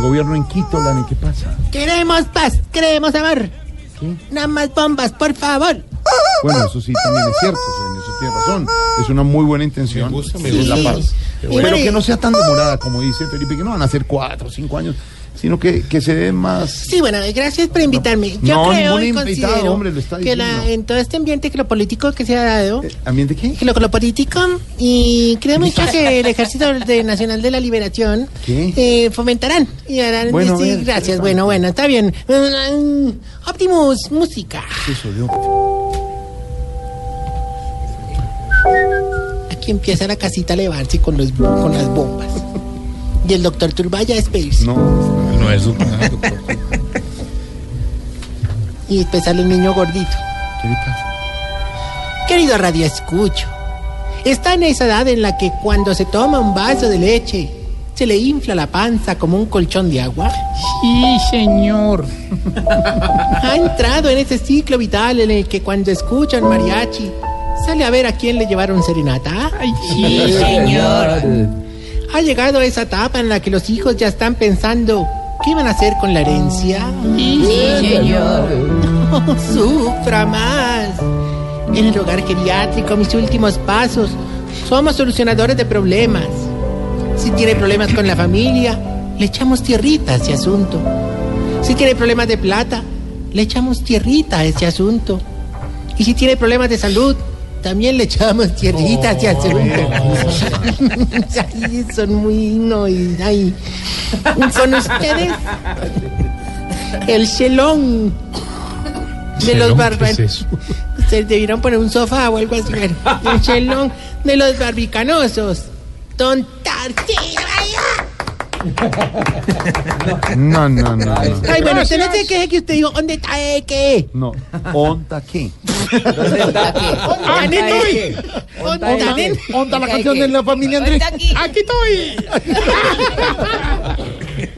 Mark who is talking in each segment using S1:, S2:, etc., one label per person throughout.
S1: gobierno en Quito, Lani, ¿qué pasa?
S2: Queremos paz, queremos amor.
S1: ¿Qué?
S2: No más bombas, por favor.
S1: Bueno, eso sí también es cierto, o sea, en eso tiene razón. Es una muy buena intención.
S3: Me gusta, me
S1: es
S3: gusta.
S1: la paz.
S2: Qué bueno.
S1: Pero que no sea tan demorada como dice Felipe, que no van a ser cuatro o cinco años, sino que, que se dé más.
S2: Sí, bueno, gracias por invitarme. Yo
S1: No,
S2: creo
S1: ningún
S2: y
S1: invitado,
S2: considero
S1: hombre, lo está
S2: que la-
S1: diciendo.
S2: en todo este ambiente que lo político que se ha dado,
S1: Eh, ¿Ambiente qué?
S2: que lo, que lo político, y creo mucho que el Ejército de- Nacional de la Liberación
S1: ¿Qué?
S2: eh, fomentarán y harán.
S1: Bueno, a
S2: sí,
S1: ver,
S2: gracias,
S1: espera.
S2: bueno, bueno, está bien. Mm, Optimus, música.
S1: Eso, yo.
S2: Aquí empieza la casita a elevarse con, los, con las bombas. Y el doctor Turbaya a despedirse.
S1: No.
S3: No es un Ah, doctor.
S2: Y después sale el niño gordito.
S1: ¿Qué le pasa?
S2: Querido Radio Escucho, está en esa edad en la que cuando se toma un vaso de leche, se le infla la panza como un colchón de agua.
S4: Sí, señor.
S2: Ha entrado en ese ciclo vital en el que cuando escuchan mariachi, sale a ver a quién le llevaron serenata.
S4: Ay, sí, señor.
S2: Ha llegado a esa etapa en la que los hijos ya están pensando, ¿qué van a hacer con la herencia?
S4: Sí, sí, señor.
S2: Oh, sufra más. En el hogar geriátrico, mis últimos pasos. Somos solucionadores de problemas. Si tiene problemas con la familia, le echamos tierrita a ese asunto. Si tiene problemas de plata, le echamos tierrita a ese asunto. Y si tiene problemas de salud, también le echamos tierrita a ese asunto. Ay, son muy... No, y- ay. Con ustedes, el chelón de los barbanos. Se debieron poner un sofá o algo así. bueno, Un chelón de los barbicanosos. Don Tarcillo.
S1: No, no, no. no.
S2: Ay, bueno, usted no se queje que usted dijo, ¿dónde está eh, qué?
S1: No, ¿onda qué?
S4: Ah,
S2: ¿Dónde estoy?
S4: eh,
S2: ¿Dónde estoy?
S1: ¿Onda la canción de la familia Andrés?
S4: Aquí estoy.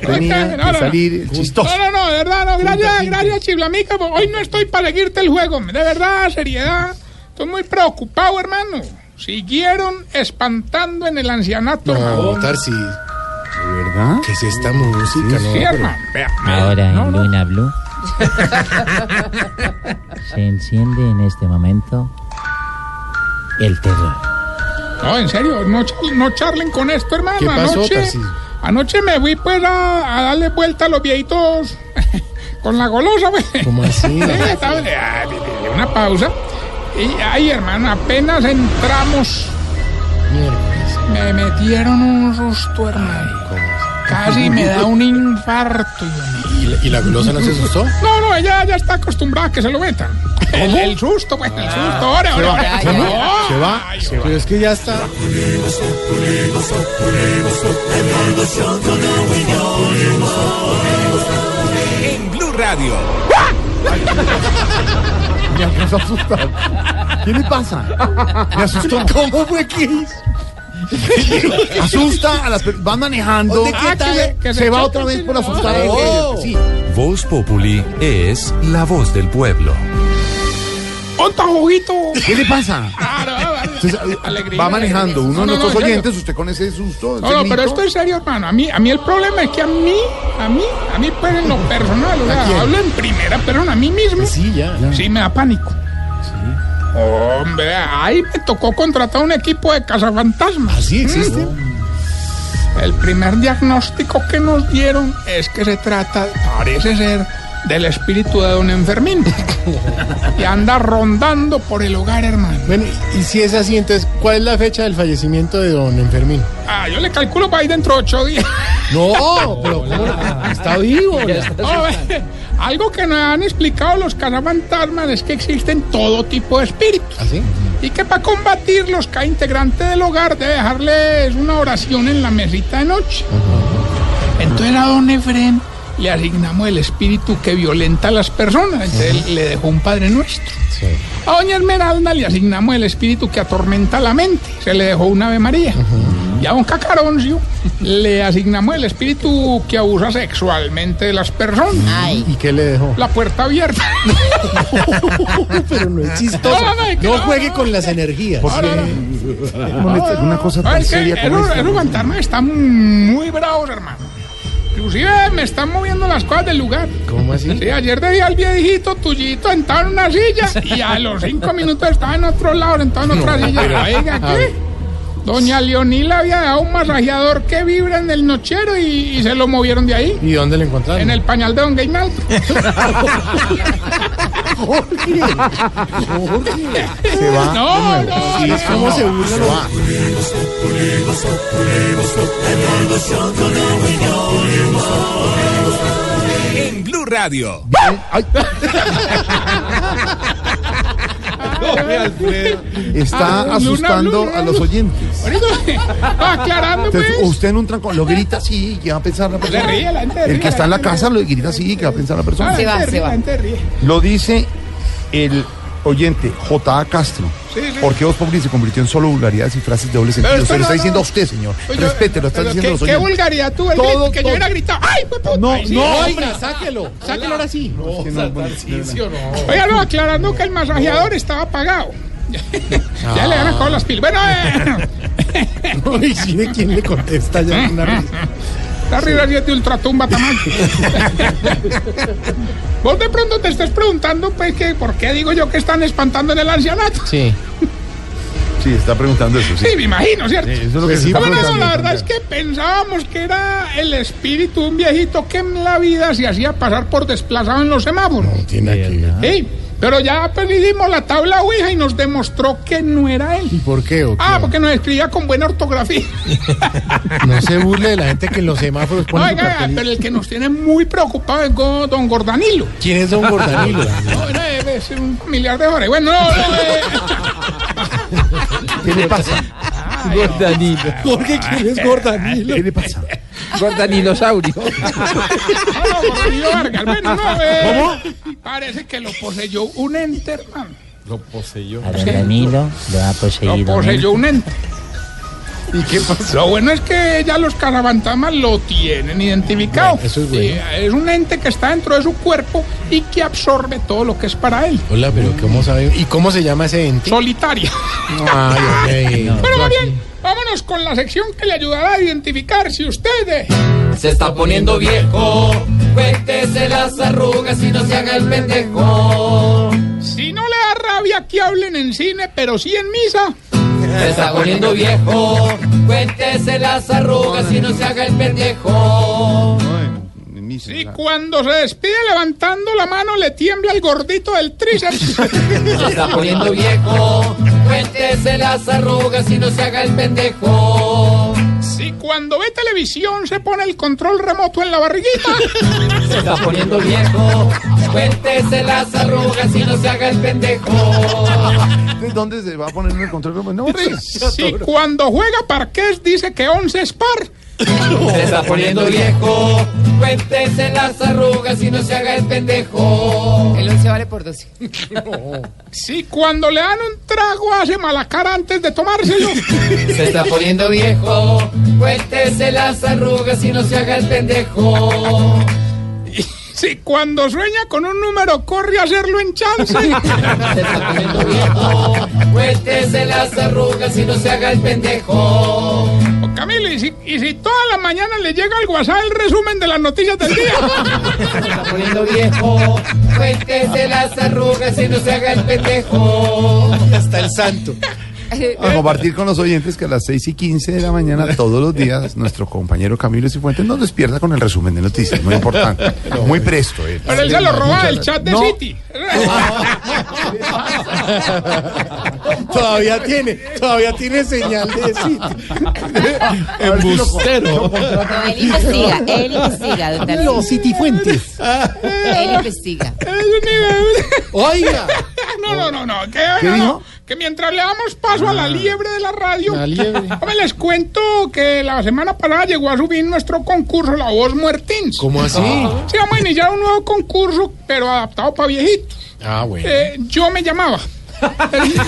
S1: Tenía que salir el chistoso.
S4: No, no, no, de verdad, no. Gracias, gracias, Chiblamica. po- Hoy no estoy para seguirte el juego. De verdad, seriedad. Estoy muy preocupado, hermano. Siguieron espantando en el ancianato. hermano.
S3: No, Tarsi,
S1: ¿Verdad?
S3: ¿qué es esta música? No,
S4: Sí,
S3: pero-
S4: hermano. Vea,
S5: Ahora
S4: no,
S5: en
S4: no.
S5: Luna Blue se enciende en este momento el terror.
S4: No, en serio, no, char- no charlen con esto, hermano.
S3: ¿Qué pasó,
S4: anoche,
S3: Tarcisio?
S4: anoche me fui pues a, a darle vuelta a los viejitos con la golosa, güey.
S3: ¿Cómo así?
S4: Sí, estaba- ah, vi- vi- vi una pausa. Y ay, hermano, apenas entramos,
S3: Miércoles.
S4: me metieron un susto, hermano.
S3: ¿Cómo así?
S4: Casi me da un infarto. Dios mío.
S3: ¿Y la- ¿Y la golosa no se asustó?
S4: No, no, ella ya está acostumbrada a que se lo metan. El, el susto, güey,
S1: Ah.
S4: el susto. Ahora, ahora, ahora.
S3: Se va,
S4: No,
S3: se va,
S4: ay,
S3: se va. Pero es que ya está.
S6: En Blue Radio.
S1: Me alcanzó a asustar. ¿Qué le pasa? Me asustó. ¿Cómo fue que Asusta a las personas. Van manejando.
S4: ¿Dónde qué Ah, que tal? se- que
S1: se
S4: se
S1: va
S4: chocan
S1: otra vez
S4: sin-
S1: por asustar a
S4: Oh.
S1: ellos. Sí.
S6: Voz Populi es la voz del pueblo.
S4: Otro juguito.
S1: ¿Qué le pasa?
S4: Claro,
S1: Entonces, eh,
S4: alegría,
S1: va manejando uno de
S4: No, no,
S1: nuestros
S4: no, en serio.
S1: oyentes, usted con ese susto. ese
S4: No, no, pero
S1: grito.
S4: esto es serio, hermano. A mí, a mí el problema es que a mí, a mí, a mí, pues en lo personal, o sea, hablo en primera persona, a mí mismo.
S3: Sí, ya.
S4: Sí, me da pánico. Hombre, ahí me tocó contratar un equipo de cazafantasmas.
S1: Ah,
S4: Mm.
S3: ¿Así existe?
S4: El primer diagnóstico que nos dieron es que se trata, parece ser, del espíritu de don Enfermín. y anda rondando por el hogar, hermano.
S3: Bueno, y- y si es así, entonces, ¿cuál es la fecha del fallecimiento de don Enfermín?
S4: Ah, yo le calculo para ir dentro de ocho días.
S3: No, pero ¿cómo no? está vivo.
S4: Oh, eh, algo que nos han explicado los cazafantasmas es que existen todo tipo de espíritus
S3: ¿Así?
S4: y que para combatirlos cada integrante del hogar debe dejarles una oración en la mesita de noche. Entonces a don Efren le asignamos el espíritu que violenta a las personas, entonces le dejó un Padre Nuestro.
S3: Sí.
S4: A doña Esmeralda le asignamos el espíritu que atormenta la mente. Se le dejó una Ave María. Y a don Cacaroncio le asignamos el espíritu que abusa sexualmente de las personas.
S2: Ay.
S3: ¿Y qué le dejó?
S4: La puerta abierta.
S3: pero no es chistoso.
S4: No, no, no, que
S3: No
S4: no,
S3: juegue
S4: no.
S3: con las energías.
S1: ¿Por qué? Una cosa
S4: Ah,
S1: tan
S4: es que
S1: seria como
S4: esos
S1: esta.
S4: esos fantasmas están muy bravos, hermano. Inclusive me están moviendo las cosas del lugar.
S3: ¿Cómo así?
S4: Sí, ayer debía al viejito tuyito sentado en una silla y a los cinco minutos estaba en otro lado, sentado en otra silla. Oiga, ¿qué? Doña Leonila había dado un masajeador que vibra en el nochero y, y se lo movieron de ahí.
S3: ¿Y dónde lo encontraron?
S4: En el pañal de Don Gainaldo.
S1: Se va.
S4: No, no,
S1: Sí,
S4: no.
S1: ¿Cómo se burla? Se va.
S6: En Blue Radio.
S4: Ah,
S1: Está
S4: Luna,
S1: asustando
S4: Luna,
S1: a los
S4: Luna.
S1: oyentes.
S4: Aclarando, pues.
S1: Entonces, usted en un trancón lo grita así, ¿qué va a pensar la persona?
S4: ríe, la gente
S1: El
S4: ríe,
S1: que está en
S4: la
S1: la
S4: gente
S1: casa lo grita así, ¿qué va a pensar la persona?
S4: Ah,
S7: Se va,
S4: gente
S7: se
S4: ríe,
S7: va.
S4: gente ríe.
S1: Lo dice el oyente J.A. Castro.
S4: Sí, sí.
S1: Porque Voz Populi se convirtió en solo vulgaridades y frases de doble sentido.
S4: esto
S1: Se lo
S4: no,
S1: está
S4: no,
S1: diciendo a
S4: no.
S1: usted, señor.
S4: Oye,
S1: Respete, lo están
S4: pero
S1: diciendo
S4: qué-
S1: los
S4: Qué
S1: oyentes.
S4: vulgaridad tuvo el
S1: Todo,
S4: grito, que yo
S1: todo.
S4: hubiera gritado. ¡Ay, pues, puta!
S1: No,
S4: Ay, sí,
S1: no,
S4: ay,
S3: Oiga, sáquelo. Sáquelo ahora sí.
S1: Es que no, bueno, de verdad.
S4: Oiga, no, aclarando que el masajeador estaba apagado. ya le han acabado las pilas. Bueno, eh,
S3: Uy, sí, ¿de quién le contesta ya con una risa?
S4: la arriba sí es de ultratumba tamaño. Vos de pronto te estás preguntando, pues, que por qué digo yo que están espantando en el ancianato.
S3: Sí.
S1: Sí, está preguntando eso, sí.
S4: Sí, me imagino, ¿cierto?
S1: Eso es lo que
S3: Pues
S1: se
S3: sí,
S1: está
S4: Bueno, no,
S1: preguntando.
S4: la verdad es que pensábamos que era el espíritu de un viejito que en la vida se hacía pasar por desplazado en los semáforos.
S3: Tiene aquí.
S4: Sí, pero ya pues, hicimos la tabla Ouija y nos demostró que no era él.
S3: ¿Y por qué? o qué?
S4: Ah, porque nos escribía con buena ortografía.
S3: No se burle de la gente que en los semáforos pone su
S4: Oiga,
S3: cartelito.
S4: pero el que nos tiene muy preocupado es go- don Gordanilo.
S3: ¿Quién es Don Gordanilo?
S4: No, era- debe ser un familiar de Jorge. Bueno, no, no, eh,
S1: ¿Qué le pasa?
S8: Gordanilo.
S3: Jorge, ¿quién es Gordanilo?
S1: ¿Qué le pasa?
S8: Gordanisaurio.
S4: no, no, Gordanilo Vargas. Bueno, no, eh, Parece que lo poseyó un ente, hermano.
S5: A don Danilo lo ha
S4: Lo
S5: poseído.
S4: poseyó
S5: mente.
S4: un ente. ¿Y qué pasó? Lo bueno es que ya los caravantamas lo tienen identificado.
S3: Bueno, eso es bueno.
S4: Eh, es un ente que está dentro de su cuerpo y que absorbe todo lo que es para él.
S3: Hola, pero ¿cómo sabe? ¿Y cómo se llama ese ente?
S4: Solitaria.
S3: Ay, hombre.
S4: Bueno, muy bien, vámonos con la sección que le ayudará a identificar si ustedes.
S8: Se está poniendo viejo. Cuéntese las arrugas y no se haga el pendejo.
S4: Si no le da rabia que hablen en cine, pero sí en misa.
S8: Se está poniendo viejo. Cuéntese las arrugas y no se haga el pendejo.
S4: Si cuando se despide levantando la mano le tiembla el gordito del tríceps.
S8: Se está poniendo viejo. Cuéntese las arrugas y no se haga el pendejo.
S4: si cuando ve televisión se pone el control remoto en la barriguita.
S8: Se está poniendo viejo. Cuéntese las arrugas y no se haga el pendejo.
S1: ¿Entonces ¿Dónde se va a poner en el control? Pues, No, hombre.
S4: si cuando juega parqués dice que 11 es par.
S8: Se está poniendo viejo. Cuéntese las arrugas y no se haga el pendejo.
S7: El 11 vale por 12.
S4: Si cuando le dan un trago hace mala cara antes de tomárselo.
S8: Se está poniendo viejo. Cuéntese las arrugas y no se haga el pendejo.
S4: si cuando sueña con un número corre a hacerlo en chance.
S8: Se está poniendo viejo. Cuéntese las arrugas y no se haga el pendejo.
S4: Ô, Camilo, ¿y si, y si toda la mañana le llega al WhatsApp el resumen de las noticias del día?
S8: Se está poniendo viejo. Cuéntese las arrugas y no se haga el pendejo.
S3: Hasta el santo.
S1: A compartir con los oyentes que a las 6 y 15 de la mañana, todos los días, nuestro compañero Camilo Cifuentes nos despierta con el resumen de noticias. Muy importante. Muy presto. eh. él.
S4: eh. Pero él se lo roba del chat de City.
S3: Ah. Todavía tiene, todavía tiene señal de sí.
S1: Embustero.
S7: Él investiga, él investiga, don Danilo.
S3: Los citifuentes.
S7: Él investiga.
S4: Es un nivel-
S3: Oiga.
S4: No, no, no, no. Que,
S1: ¿Qué
S4: no, no,
S1: dijo?
S4: que mientras le damos paso a la liebre de la radio,
S3: Ah. La liebre.
S4: hombre, les cuento que la semana pasada llegó a subir nuestro concurso La Voz Muertins.
S3: ¿Cómo así?
S4: Sí, vamos a iniciar un nuevo concurso, pero adaptado para viejitos.
S3: Ah, bueno.
S4: Eh, yo me llamaba.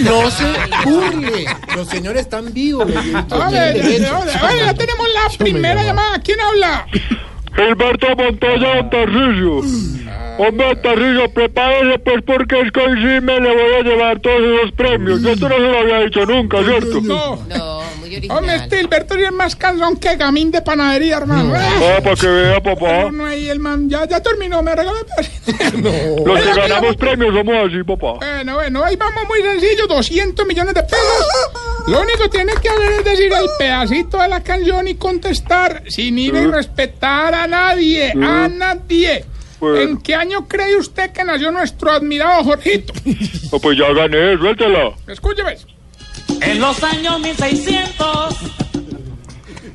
S3: No se burle. Los señores están vivos. bebito.
S4: A ver, a ver, a ver, ya tenemos la primera
S3: llamaba.
S4: llamada. ¿Quién habla?
S9: Gilberto Montoya Tarrillo.
S4: Ah.
S9: Hombre, Tarrillo, prepárese pues porque es que hoy sí me le voy a llevar todos esos premios. Esto no se lo había dicho nunca, ¿cierto?
S4: No.
S7: No, muy original.
S4: Hombre, este Gilberto ya es más cansón que gamín de panadería, hermano. Eh,
S9: Ah, para que vea, papá.
S4: No, no, ahí el man ya, ya terminó, me regaló el pedacito.
S9: Los que ganamos premios somos así, papá.
S4: Bueno, bueno, ahí vamos muy sencillo, 200 millones de pesos. Lo único que tiene que hacer es decir el pedacito de la canción y contestar sin ir a respetar a nadie, a nadie.
S9: Bueno.
S4: ¿En qué año cree usted que nació nuestro admirado Jorgito? pues.
S9: Ah, Pues ya gané, suéltala.
S4: Escúcheme.
S8: En los años 1600.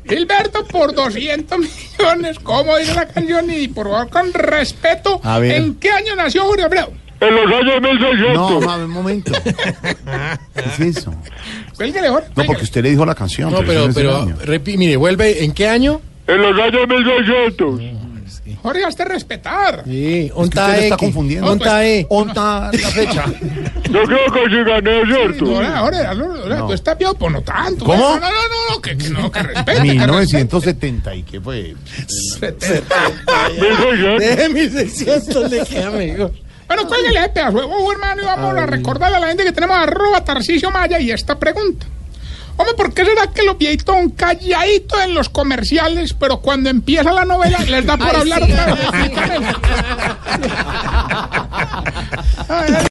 S4: Gilberto, por 200 millones, ¿cómo dice la canción? Y por favor, con respeto,
S1: A ver.
S4: ¿en qué año nació Jorge Abreu?
S9: En los años
S1: No,
S9: 1600.
S1: mami, un momento. ¿Qué es eso?
S4: Cuélguele, Jorge.
S1: No, porque
S4: cuélguele.
S1: usted le dijo la canción.
S3: No,
S1: eso
S3: pero,
S1: no es el
S3: pero,
S1: año.
S3: repi- mire, vuelve, ¿en qué año?
S9: En los años 1600.
S4: Jorge, hazte respetar.
S3: Sí,
S1: Es que usted lo está confundiendo.
S3: Onta E.
S1: Onta la fecha.
S9: Yo creo que sí gané, ¿cierto?
S4: No, ahora, ahora, ahora, ahora, tú estás viejo, por no tanto.
S1: ¿Cómo?
S4: No, no, no, no, que, que no, que respete.
S1: 1970 y qué fue.
S9: 1600.
S3: De 1600 le queda, amigo.
S4: Bueno, cuélguele ese pedazo de bobo, oh, hermano, y vamos a, recordarle a la gente que tenemos arroba Tarcisio Maya y esta pregunta. Hombre, ¿por qué será que los viejitos son calladitos en los comerciales, pero cuando empieza la novela les da por
S7: Ay,
S4: hablar
S7: sí,
S4: otra vez?
S7: sí.
S4: Ay, ay.